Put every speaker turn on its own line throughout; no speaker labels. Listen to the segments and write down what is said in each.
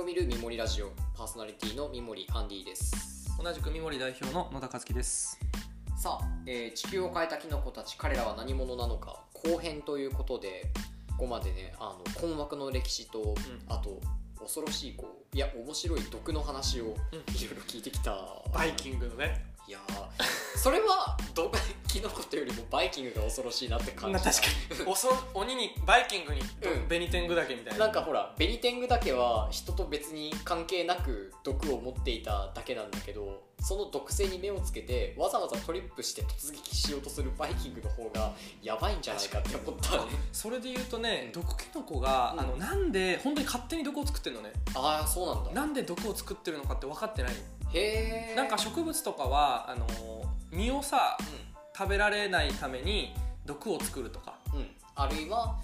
を見るみもりラジオパーソナリティのみもりアンディです
同じく三森代表の野田和樹です
さあ、えー地球を変えたキノコたち彼らは何者なのか」後編ということでここまでねあの困惑の歴史と、あと恐ろしいこういや面白い毒の話を
うん
いろいろ聞いてきた、
バイキングのね
いやーそれはど キノコというよりもバイキングが恐ろしいなって感じた
まあ確おそ鬼にバイキングに、
うん
ベニテングだけみたいな
なんかほらベニテングだけは人と別に関係なく毒を持っていただけなんだけどその毒性に目をつけてわざわざトリップして突撃しようとするバイキングの方がやばいんじゃないかって思ったね
それで言うとね、
うん
毒キノコが、
うん
あのなんで本当に勝手に毒を作ってるのね
ああそうなんだ
なんで毒を作ってるのかって分かってない
へえ
なんか植物とかはあの実をさ食べられないために毒を作るとか
うん、うん、あるいは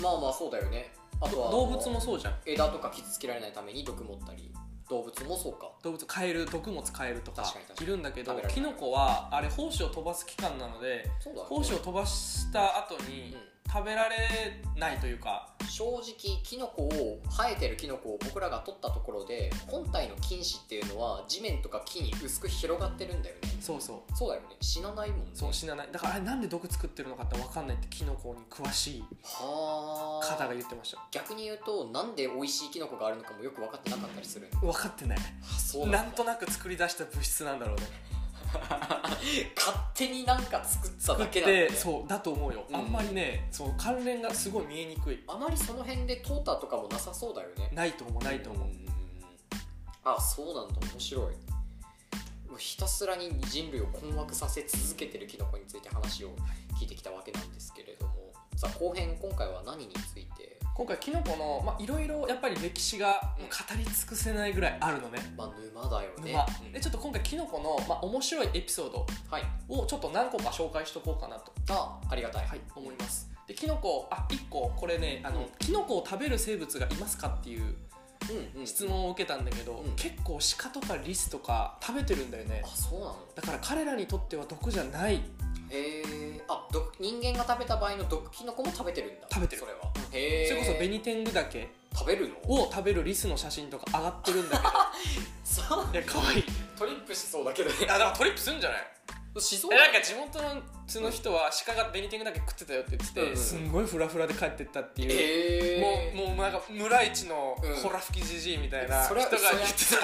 まあまあそうだよねあとは
動物もそうじゃん
枝とか傷つけられないために毒持ったり動物もそうか
動物カエル毒も使えるとか
確かに確か
い
に
るんだけど
食べられ
キ
ない
ノコはあれ胞子を飛ばす期間なので
そうだよね
胞子を飛ばした後に食べられないというか
正直キノコを生えてるキノコを僕らが取ったところで本体の菌糸っていうのは地面とか木に薄く広がってるんだよね
そうそう
そうだよね死なないもんね
そう死なないだからあれなんで毒作ってるのかって分かんないってキノコに詳しい
はあ
方が言ってました
逆に言うとなんで美味しいキノコがあるのかもよく分かってなかったりする
分かってない
あそう
な
なんん
と
だ
なく作り出した物質なんだろうね
勝手になんか作った
作
だ
っ
けなんだ、ね
て、そうだと思うよ
うん
あんまりねそう関連がすごい見えにくい
あまりその辺で淘汰とかもなさそうだよね
ないと思うないと思う
うんあそうなんだ面白いもうひたすらに人類を困惑させ続けてるキノコについて話を聞いてきたわけなんですけれどもさあ後編今回は何について
今回キノコのまあいろいろやっぱり歴史がもう語り尽くせないぐらいあるのね
まあ沼だよね
沼
うん
でちょっと今回キノコのまあ面白いエピソード
はい
をちょっと何個か紹介しとこうかなと
あありがたい
はい、思います。で、キノコ、あ、一個、これね、あの、
うん
キノコを食べる生物がいますかっていう
うんうん
質問を受けたんだけど、
うん
結構鹿とかリスとか食べてるんだよね
あ。そうなの
だから彼らにとっては毒じゃない。
へえあ毒人間が食べた場合の毒キノコも食べてるんだ
食べてる
それはへえ
それこそベニテングダケ
食べるの
を食べるリスの写真とか上がってるんだ
そう
けど。いや、可愛い。
トリップしそうだけどね
あ、だからトリップするんじゃない
しそ
え
う
なんか地元のその人は鹿がベニテングダケ食ってたよって言ってて、
うんうん
すんごいフラフラで帰ってったっていう。
へえ
もうもうなんか村一の
うん
ホラ吹きじじいみたいな人
そ
が
れ
言
は
ってた、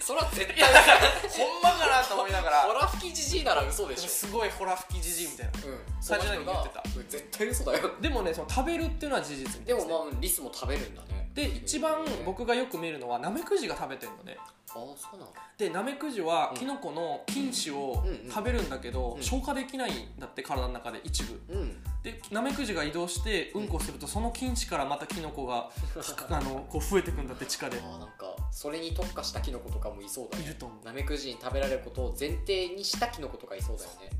それは絶対
いやだからほんまかなと思いながら
ホラ吹きじじいなら嘘でし
すごいホラ吹きじじいみたいな
ょうん
その人が
うん絶対嘘だよ
でもねその食べるっていうのは事実み
で
たいです、
も
ね、
まあリスも食べるんだね
で一番僕がよく見るのはナメクジが食べてるのね
ああそうなの
でナメクジは
うん
キノコの菌糸を
うんうん
食べるんだけど、
うん
消化できないんだって体の中で一部
うん
でナメクジが移動してうんこするとその菌糸からまたキノコ があのこう増えてくんだって地下で
ああなんかそれに特化したキノコとかもいそうだ
い
ね
ると思う
ナメクジに食べられることを前提にしたキノコとかいそうだよね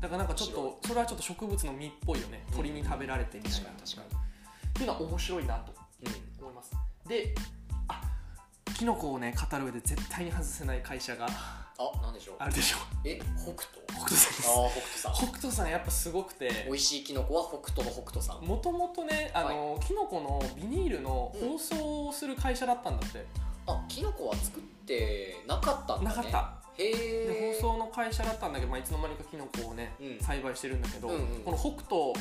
だからなんかちょっ
面
とそれはちょっと植物の実っぽいよね
うん
鳥に食べられてみたいな
確かに確
っていうのは面白いなと
うん
思いますであキノコをね語る上で絶対に外せない会社が
あなんでしょう
あるでしょう
え北斗
北斗さんです
ああ北斗さん
北斗さんやっぱすごくて
美味しいキノコは北斗の北斗さん
もともとねあの、キノコのビニールの包装をする会社だったんだって、
あキノコは作ってなかったん
な
だ
かっ
ね
た、
へ
で
え
包装の会社だったんだけど、まあ、いつの間にかキノコをね、
うん
栽培してるんだけど、
うんうん
この北斗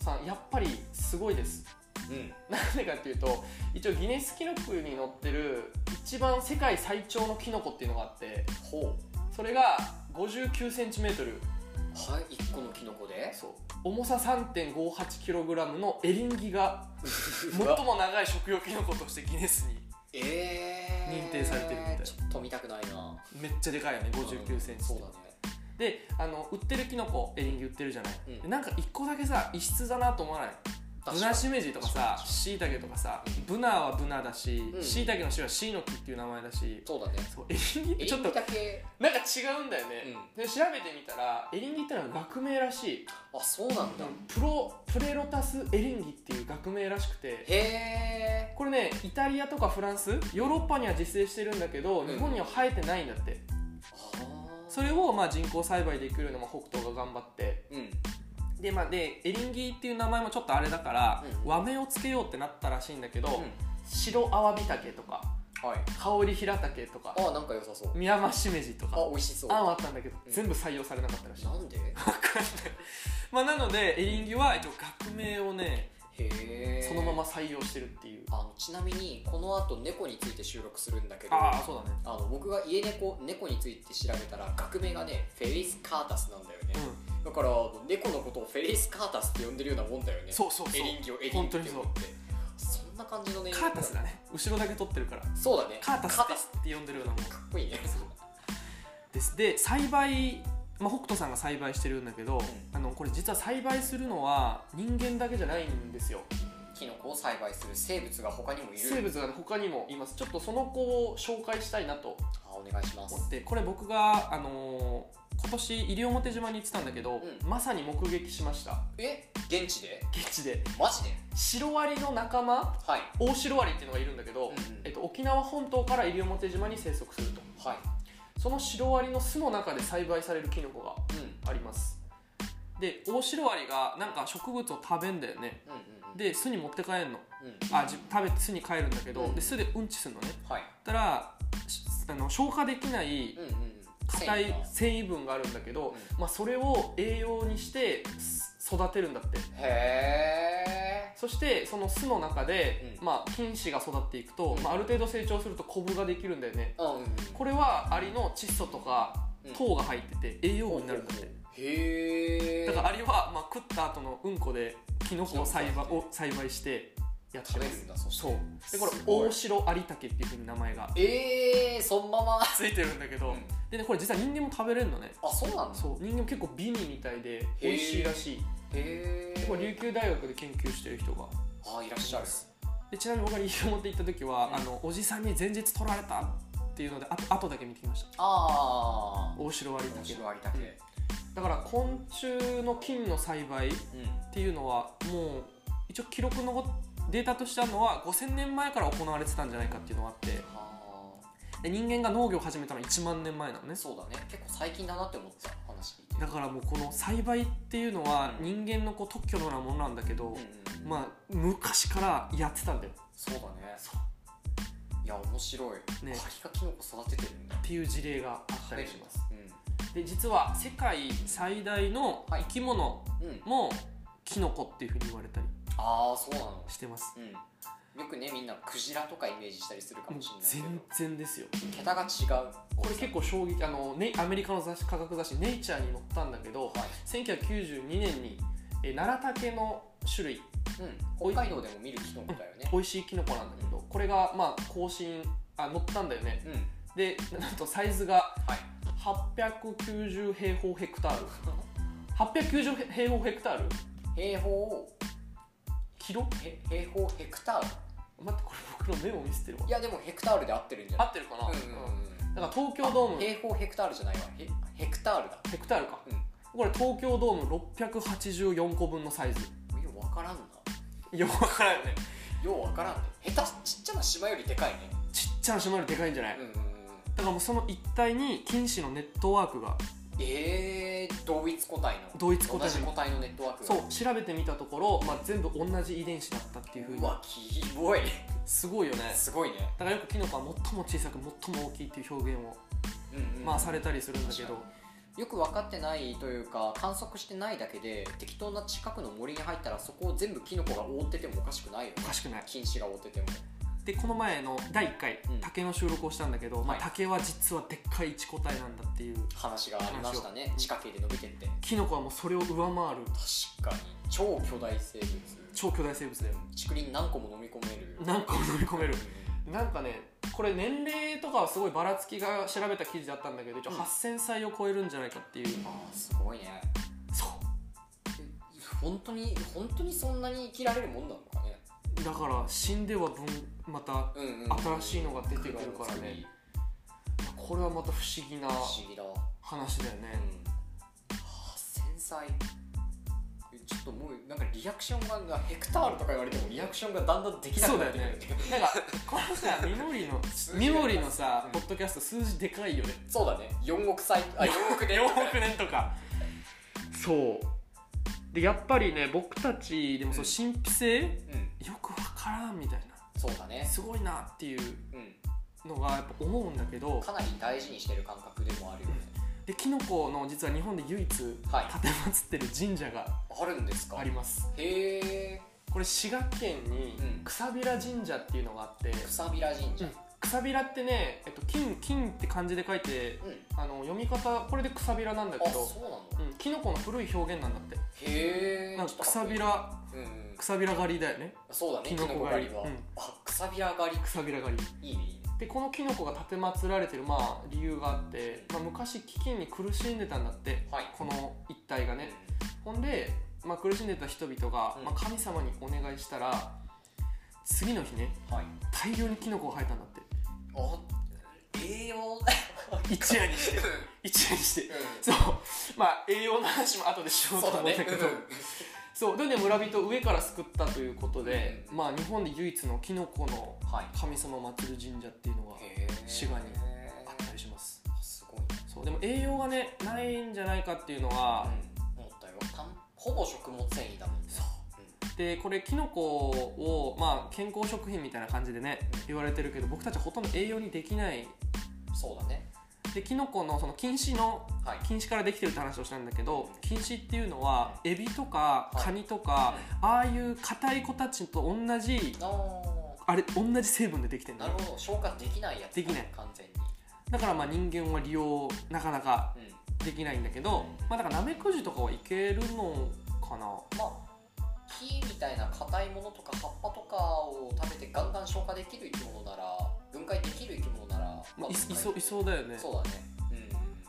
さんやっぱりすごいです
うん
なんでかっていうと一応ギネス記録に載ってる一番世界最長のキノコっていうのがあって
ほう
それが5 9トル
はい、1個のキノコで
そう重さ 3.58kg のエリンギが最も長い食用キノコとしてギネスに
えー、
認定されてるみたい
ちょっと見たくないな
めっちゃでかいよね5 9センチ
そうだね
であの売ってるキノコエリンギ売ってるじゃない、
うん
でなんか一個だけさ異質だなと思わないブ
確か
ナ
に
シメジとか
確
さ
かに
シイタケとかさ
うん
ブナはブナだし
うん
シイタケのシはシイノキっていう名前だし
そうだね
そうエリンギっ
エ
て
リ
ちょ
ン
っ
ギ
と
だけ
なんか違うんだよね、で調べてみたらエリンギってのは学名らしい
あそうなんだ、
プロプレロタス・エリンギっていう学名らしくて
へえ
これねイタリアとかフランスヨーロッパには自生してるんだけど
うん
日本には生えてないんだって、それをまあ人工栽培できるのも北東が頑張って
うん
で,、まあ、でエリンギっていう名前もちょっとあれだから、
うん
和名をつけようってなったらしいんだけど、
うん
白アワビタケとか
はい
香りヒラタケとか
ああなんか良さそう
ミヤマシメジとか
あ美味しそう
案はあったんだけど
うん
全部採用されなかったらしい
なん でへ
わかんないまあなのでエリンギは、えっと、学名をね
え
そのまま採用してるっていう
あのちなみにこの後猫について収録するんだけど
ああそうだね
あの僕が家猫猫について調べたら学名がねフェリス・カータスなんだよね、
う
だからあの猫のことをフェリス・カータスって呼んでるようなもんだよね
んそうそうそう
エリンギをエリンギって呼ん
本
でそんな感じのね
カータスだね後ろだけ取ってるから
そうだね
カータス
カ
っ
ー
て
タス
って呼んでるようなもん
かっこいいね
ですで栽培、まあ、北斗さんが栽培してるんだけど、
ん
あのこれ実は栽培するのは人間だけじゃないんですよ
キノコを栽培する生物が他にもいる
生物がね他にもいますちょっとその子を紹介したいなと
あお願いします
思ってこれ僕が、あのー今年西表島に行ってたんだけど、
うん
まさに目撃しました
え現地で
現地で
マジで
シロアリの仲間
はい、
オオシロアリっていうのがいるんだけど、
うんうん
えっと、沖縄本島から西表島に生息すると
はい
そのシロアリの巣の中で栽培されるキノコが
うん
ありますでオオシロアリがなんか植物を食べんだよね
うんうんうん
で巣に持って帰るの
うん
あじ食べて巣に帰るんだけど、
うん
で巣でうんちするのね
はい
たらしあの消化できない
うんうんうん
硬
繊維
い
が
繊維分があるんだけど、
う
まあ、それを栄養にしてす育てるんだって
へえ
そしてその巣の中で、
うん
まあ、菌糸が育っていくと、
うん
まあ、ある程度成長するとコブができるんだよね
うんうんうん
これはアリの窒素とか
うん
糖が入ってて栄養分になるんだって
へえ
だからアリは、まあ、食った後のうんこでキノコを栽培を栽培してやって
食
ま
べる
す
んだそして
そうでこれ
すごい
オオシロアリタケっていうふうに名前が
ええー、そのまま、
ついてるんだけど、でねこれ実は人間も食べれるのね
あそうなんだ
そう人間も結構美味みたいで美味しいらしい
へ
これ
え
琉球大学で研究してる人が
あいらっしゃる
でちなみに僕が西表行った時は、
うん
あのおじさんに前日取られたっていうのであと後だけ見てきました
ああ
大白割だ
面
け
白ありだけ
だから昆虫の菌の栽培っ
うん
ていうのはもう一応記録のデータとしてあるのは5000年前から行われてたんじゃないかっていうのがあって
あ
で人間が農業を始めたのは1万年前なのね
あそうだね結構最近だなって思ってた話聞いて
だからもうこの栽培っていうのは
うん
人間のこう特許のようなものなんだけど、
うんうんうん
まあ昔からやってたんだよ
そうだね
そ
いや面白い
ね
アリがキノコ育ててるんだ
っていう事例があっ
食
た
べ
り
る
し
んだ
ますで実は世界最大の
はい
生き物
うん、うん、
もキノコっていうふうに言われたり
ああそうなの
してます
うんよくねみんなクジラとかイメージしたりするか
もう
もしれないけ
全然ですよ
ど桁が違う
これ結構衝撃あの、ね、アメリカの雑誌科学雑誌「ネイチャーに載ったんだけど
はい
1992年にえナラタケの種類
うん、北海道でも見るキノコだよね。
美味しいキノコなんだけどこれがまあ更新あ載ったんだよね
うん、
でなん とサイズが
はい。
890平方ヘクタ ール890平方ヘクタール
平方
キロ
へ平方ヘクタール。
待ってこれ僕のメモ見せてるわ
いやでもヘクタールで合ってるんじゃな
合
い？
ってるかな、
うんうんうん。
だから東京ドーム
平方ヘクタールじゃないわ。ヘヘクタールだ。
ヘクタールか
うん。
これ東京ドーム684個分のサイズ
ようわからんな。
いや分からんよね
ようわからんね。下手ちっちゃな島よりでかいね。
ちっちゃな島よりでかいんじゃない、
うん
だ
うんうん。
からもうその一帯に菌糸のネットワークが
えー、同一個体の。
同一個体
同じ個体のネットワークが。
そう調べてみたところ、まあ、全部同じ遺伝子だったっていうふう
う
に
わキモい。
すごいよね
すごいね。
だからよくキノコは最も小さく最も大きいっていう表現を、
うんうん。
まあ、されたりするんだけ
確
ど
かよく分かってないというか観測してないだけで適当な近くの森に入ったらそこを全部キノコが覆っててもおかしくないよね
おかしくない
菌糸が覆ってても
でこの前の第1回
うん
竹の収録をしたんだけど、ま
は
あ、
い
竹は実はでっかい一個体なんだっていう
話がありましたね
話を
地下茎で伸びてって
キノコはもうそれを上回る
確かに超巨大生物
超巨大生物だよ
竹林何個も飲み込める
何個も飲み込める
う
なんかねこれ年齢とかはすごいばらつきが調べた記事だったんだけど一応
うん
8000歳を超えるんじゃないかっていう、
んああすごいね
そう
本当に本当にそんなに生きられるもんなのかね
だから死んでは分また
うんうんうん
新しいのが出てくるからねこれはまた不思議な
不思議だ
話だよ
う
ね、
んはあ繊細えちょっともうなんかリアクションがヘクタールとか言われてもリアクションがだんだんできな
そ
く
うだ
なっ
よ
てくる
ねなんかこのさみのりの
数字
み
が
のりのさ、
うん
ポッドキャスト数字でかいよね
そうだね4億 歳あ4億年
4億年とかそうでやっぱりね僕たちでもその神秘性
うん
よくわからんみたいな
そうだね
すごいなっていう
うん
のがやっぱ思うんだけど
かなり大事にしてる感覚でもあるよね、
でキノコの実は日本で唯一建て
はい
祀ってる神社が
あるんですか
あります
へえ
これ滋賀県に
うん
草びら神社っていうのがあって、
くさびら神社
草びらってね、えっと、金金って漢字で書いて
うん、
あの読み方これで草びらなんだ
あ
けど
そうなの
うん、キノコの古い表現なんだって
へえ
なんか草びら
うん、うん、
草びら狩りだよね
そうだね
キ
キ
ノ
ノ
コ
コ
狩
狩
り
りは、
うん
あくさびら狩り
草びら狩り
いいねいいね
でこのキノコが建て祀られてる、まあ、理由があって、まあ、昔飢饉に苦しんでたんだって
はい
この一帯がねほんで、まあ、苦しんでた人々が、
うん
まあ、神様にお願いしたら次の日ね
うんはい
大量にキノコが生えたんだって
あ栄養
一夜にして 一夜にして
う
そうまあ栄養の話も後でしよ
ん
うと
そう
思
だ
っ
ね
たけどそう,、でね村人を上から救ったということで、
うん
まあ日本で唯一のキノコの
うんはい
神様を祀る神社っていうのが
へえ
滋賀にあったりします
すごいね
そうでも栄養がねないんじゃないかっていうのは、
うん思ったよたんほぼ食物繊維だもんね、
そう
ん、
でこれキノコを、まあ、健康食品みたいな感じでね言われてるけど僕たちはほとんど栄養にできない
そうだね
でキノコのその菌糸の
はい
菌糸からできてるって話をしたんだけど菌糸っていうのはエビとか
はい
カニとか、ああいう硬い子たちと同じ
あー
あれ同じ成分でできてるんだ
なるほど消化できないやつ
できない
完全に
だからまあ人間は利用なかなか
うん
できないんだけど、まあ、だからナメクジとかはいけるのかな
まあ木みたいな硬いものとか葉っぱとかを食べてガンガン消化できる生き物なら分解できる生き物なら、
まあ、いい
分解
そういそうだよね
そうだね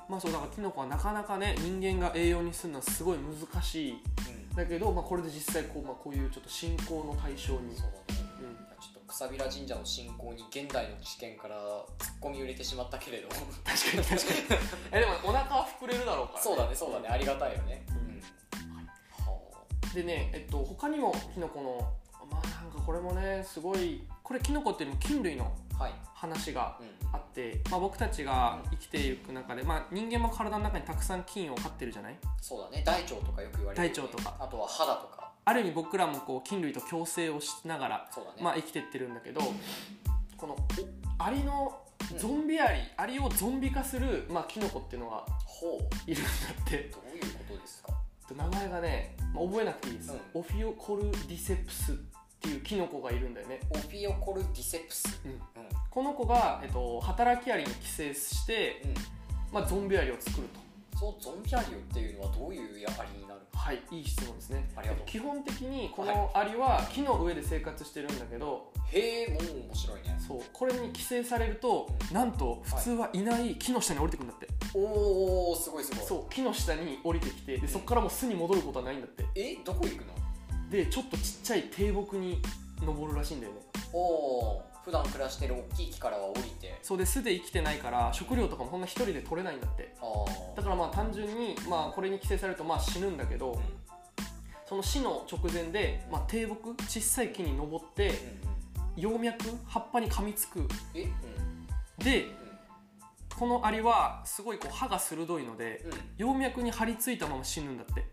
まあそうだからキノコはなかなかね人間が栄養にするのはすごい難しい
うん、うん
だけど、まあ、これで実際こう、まあ、こういうちょっと信仰の対象に
そうだね
うん
いやちょっとくさびら神社の信仰に現代の知見から突っ込み入れてしまったけれど
確かに確かにえでもお腹は膨れるだろうか ら、
そうだねそうだねありがたいよね
うん
は
でねえっと他にもキノコのまあなんかこれもねすごいこれキノコっていうのも菌類の
あはい
話が
うん
あって、まあ、僕たちが生きていく中で、まあ、人間も体の中にたくさん菌を飼ってるじゃない
そうだね大腸とかよく言われるよね
大腸とか
あとは肌とか
ある意味僕らもこう菌類と共生をしながら
そうだね
まあ、生きてってるんだけどこのおアリのゾンビアリ、アリをゾンビ化する、まあ、キノコっていうのが
ほう
いるんだって
どういうことですか
名前がね、まあ、覚えなくていいです、
う
オフィオコルディセプスっていうキノコがいるんだよね
オピオコルディセプス
うん
うん
この子が、えっと、働きアリに寄生して、
うん
まあ、ゾンビアリを作ると
そのゾンビアリオっていうのはどういうアリになる
はいいい質問ですね
ありがとう
基本的にこのアリは木の上で生活してるんだけど、
へえもう面白いね
そうこれに寄生されると
う
なんと普通はいない木の下に降りてくるんだって
おおすごいすごい
そう木の下に降りてきてでそこからもう巣に戻ることはないんだって
えどこ行くの
でちょっとちっちゃい低木に登るらしいんだよね
おお普段暮らしてる大きい木からは降りて
そうで巣で生きてないから食料とかもそんな一人で取れないんだって
ああ
だからまあ単純に、まあ、これに寄生されるとまあ死ぬんだけどその死の直前で、まあ、低木小さい木に登って
うんうん
葉脈葉っぱに噛みつく
えうん
で
うん
このアリはすごいこう歯が鋭いので
うん
葉脈に張り付いたまま死ぬんだって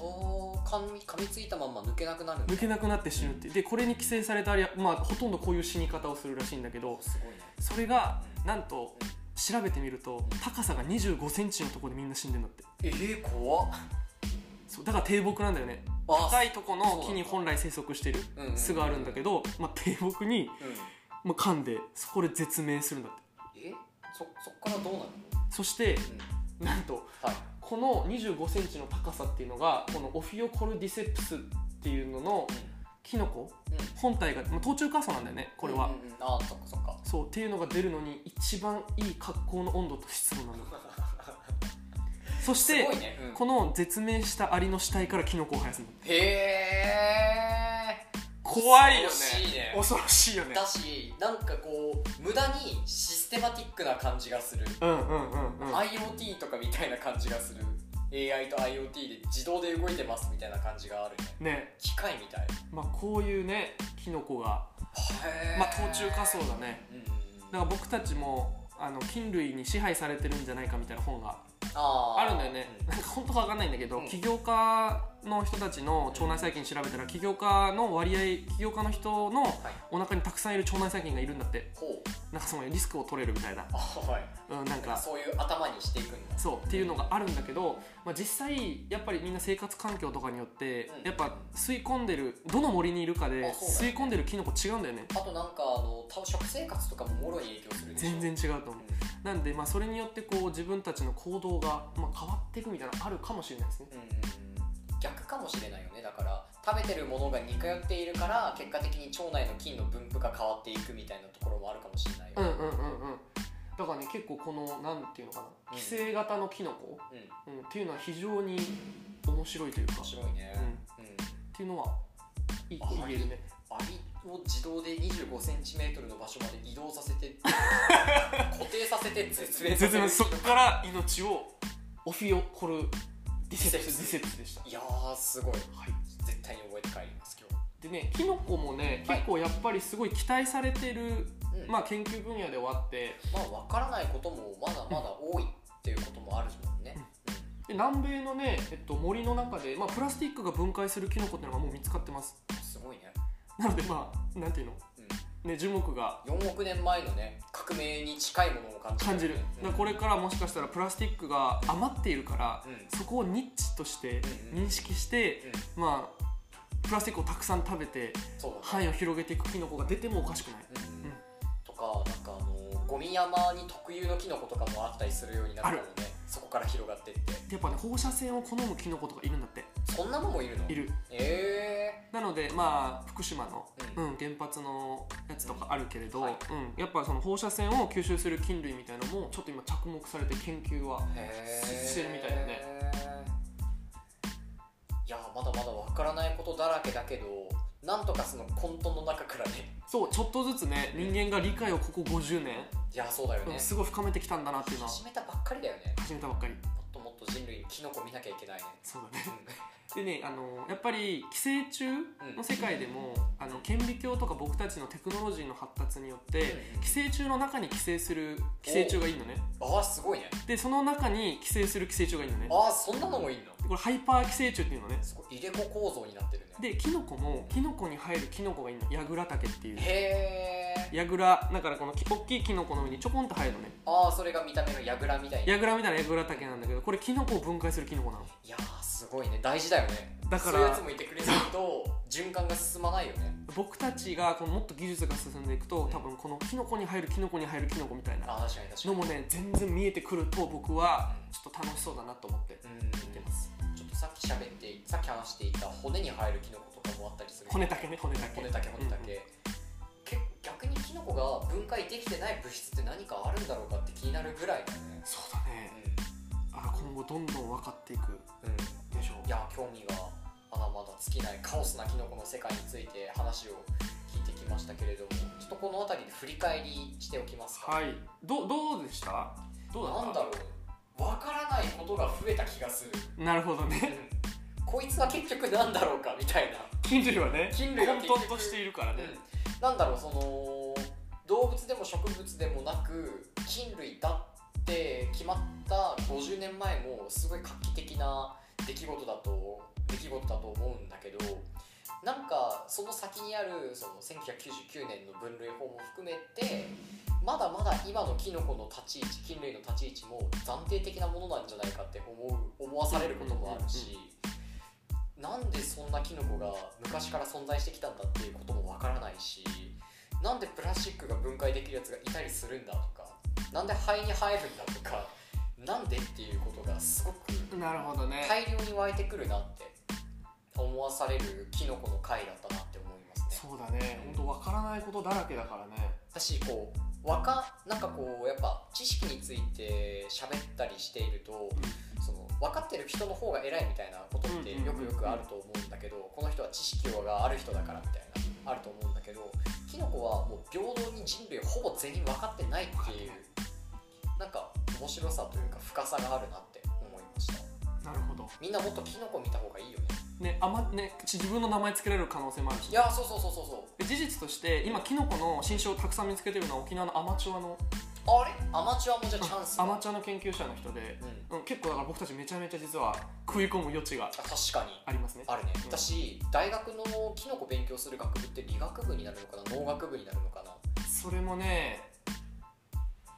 おー噛み噛みついたまんま抜けなくなるんだ
抜けなくなって死ぬってでこれに寄生されたアリは、まあ、ほとんどこういう死に方をするらしいんだけど
すごいね
それが
うん
なんと調べてみると高さが2 5センチのところでみんな死んでんだって
えー、怖っ
そうだから低木なんだよね高いとこの木に本来生息してる
うんうん
巣があるんだけど、まあ、低木に、
うん
まあ、噛んでそこで絶命するんだって
えそそっからどうなるの
そして
うん
なんと
はい
この2 5センチの高さっていうのがこのオフィオコルディセプスっていうののキノコ
うんうん
本体が、まあ、頭中乾燥なんだよねこれは、
うんうんうんああそっかそっか
そうっていうのが出るのに一番いい格好の温度と湿度なの そし
す
て
ごいね、うん
この絶命したアリの死体からキノコを生やすの
へえ
怖いよ
恐
ね
ろしいね
恐ろしいよね
だしなんかこう無駄にシステマティックな感じがする、
うんうんうんうん
IoT とかみたいな感じがする AI と IoT で自動で動いてますみたいな感じがあるね
ね
機械みたい
まあこういうねキノコが
へ
まあ頭中火葬だね
うんうんうん
だから僕たちもあの菌類に支配されてるんじゃないかみたいな本が
あー
あるんだよね、なんか本当かわかんないんだけど、
うん
起業家の人たちの腸内細菌調べたら起業家の割合起業家の人のお腹にたくさんいる腸内細菌がいるんだって
ほう
なんかそのリスクを取れるみたいな、
あはい
うん、なんか
そういう頭にしていくんだ
そうっていうのがあるんだけど、まあ、実際やっぱりみんな生活環境とかによって
うん
やっぱ吸い込んでるどの森にいるかで
あそうだよね
吸い込んでるキノコ違うんだよね
あとなんかあの多分食生活とかももろに影響するでしょ
全然違うと思
う
うなんでまあそれによってこう自分たちの行動がまあ変わっていくみたいなのあるかもしれないですね
ん、うんうん、逆かもしれないよねだから食べてるものが似通っているから結果的に腸内の菌の分布が変わっていくみたいなところもあるかもしれないよ
う
ね
んうんうんうんだからね結構このなんていうのか
うん
な寄生型のキノコ、
うん、
うん、っていうのは非常に面白いというか、
面
う
白いね
ん、っ
うん、
ていうのはいい言えるね
アリを自動で2 5ルの場所まで移動させ て固定させて絶命させ
絶
る
妙そっから命をオフィオコルディセプスディセプスでした
いやーすごい
はい
絶対に覚えて帰ります
でねキノコもね
はい
結構やっぱりすごい期待されてる、
今日、うん
まあ、研究分野ではあって
まあ分からないこともまだまだ多いっていうこともあるもんね、
で南米のね、えっと、森の中で、まあ、プラスチックが分解するキノコっていうのがもう見つかってます
すごいね、
なのでまあなんていうの、ね、樹木が
うん、4億年前のね革命に近いものを感じる
感じる、だからこ
れ、
れからもしかしたらプラスチックが余っているから、
うん
そこをニッチとし
う
て
ん
認識して、
うん
まあプラスチックをたくさん食べて
そうだね、
範囲を広げていくキノコが出てもおかしくない
うん
うん
とかなんかあのゴミ山に特有のキノコとかもあったりするようになったのねそこから広がってって
でやっぱね放射線を好むキノコとかいるんだって
そんなのもいるの
いる
え
なのでまあ福島の、
う
うんん原発のやつとかあるけれど、
はい
うん、やっぱその放射線を吸収する菌類みたいのもちょっと今着目されて研究は
ー、へー
してるみたいだね
いやまだまだわからないことだらけだけどなんとかその混沌の中からね
そうちょっとずつね人間が理解をここ50年、
いやそうだよ
う
ね
ん、すごい深めてきたんだなっていうのは
始めたばっかりだよね
始めたばっかり
もっともっと人類にキノコ見なきゃいけないね
そうだねでねあのやっぱり寄生虫の世界でも、あの顕微鏡とか僕たちのテクノロジーの発達によって
うん
寄生虫の中に寄生する寄生虫がいるのね
ああすごいね
でその中に寄生する寄生虫がいるのねこ
ああそんなのもいいの
れハイパー寄生虫っていうのね
すごい入れ子構造になってるね
でキノコもキノコに生えるキノコがいるのヤグラタケっていう
へえ
ヤグラだからこのき大きいキノコの上にちょこんと生えるのね
ああそれが見た目のヤグラみたいない
ヤグラみたいなヤグラタケなんだけどこれキノコを分解するキノコなの
やーすごいね大事だよね
だ
そ
から
ういうやつもいてくれないと循環が進まないよね
僕たちがこのもっと技術が進んでいくと多分このキノコに入るキノコに入るキノコみたいな
あー確かに確か
の
に
もね全然見えてくると僕は
うん
ちょっと楽しそうだなと思って
うん
見てます
ちょっとさっき喋ってさっき話していた骨に生えるキノコとかもあったりする
骨だけね骨だけ
骨だけ骨だけ、結構逆にキノコが分解できてない物質って何かあるんだろうかって気になるぐらいだね
そうだねあ今後どんどん分かっていく
うん、うん
でしょ
いや興味がまだまだ尽きないカオスなキノコの世界について話を聞いてきましたけれどもちょっとこの辺りで振り返りしておきますか、
はいどどうでしたどうだった
なんだろうわからないことが増えた気がする、
なるほどね
こいつは結局なんだろうかみたいな、
菌類はね
菌類は
混沌としているからね、
なんだろうその動物でも植物でもなく菌類だって決まった50年前もすごい画期的な出来事だと出来事だと思うんだけどなんかその先にあるその1999年の分類法も含めてまだまだ今のキノコの立ち位置菌類の立ち位置も暫定的なものなんじゃないかって思う思わされることもあるし、なんでそんなキノコが昔から存在してきたんだっていうこともわからないしなんでプラスチックが分解できるやつがいたりするんだとかなんで肺に生えるんだとかなんでっていうことがすごく
なるほどね、
大量に湧いてくるなって思わされるキノコの回だったなって思いますね
そうだね本当分からないことだらけだからね
私こうわかなんかこうやっぱ知識について喋ったりしているとその分かってる人の方が偉いみたいなことって
うんうん
よ
うん
くよくあると思うんだけどこの人は知識がある人だからみたいなあると思うんだけどキノコはもう平等に人類ほぼ全員分かってないって
分かって
い
な
う
い
なんか面白さというか深さがあるなって思いました
なるほど
みんなもっとキノコ見た方がいいよね
ねあまね自分の名前つけられる可能性もあるし
いやそうそうそうそうそう
で事実として今キノコの新種をたくさん見つけてるのは沖縄のアマチュアの
あれアマチュアもじゃあチャンス
アマチュアの研究者の人で、
ュア、うん、
うん、結構だから僕たちめちゃめちゃ実は食い込む余地が
あ確かに
ありますね
あるね
うん
私大学のキノコ勉強する学部って理学部になるのかな農学部になるのかな
それもね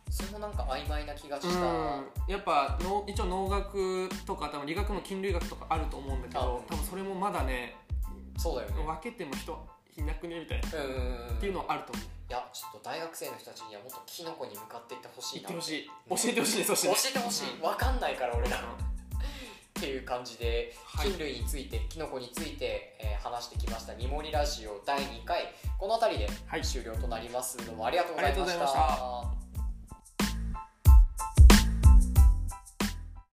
それもなんか曖昧な気がし
う
た、
んやっぱの一応農学とか多分理学も菌類学とかあると思うんだけど
あ
多分それもまだね
そうだよね
分けても人いなくねみたいなっ
うんうんうんうん
ていうのはあると思う
いやちょっと大学生の人たちにはもっとキノコに向かっていってほしい
言っ
な
てほしい
うん
教えてほしいねそして
教
ね
えてほしい、
う
わかんないから俺ら
うん
っていう感じで
はい
菌類について、キノコについて、えー話してきました「ニモリラジオ」第2回この辺りで
はい
終了となります、どうもありがとうござい
ありがとうござい
ま
ま
し
した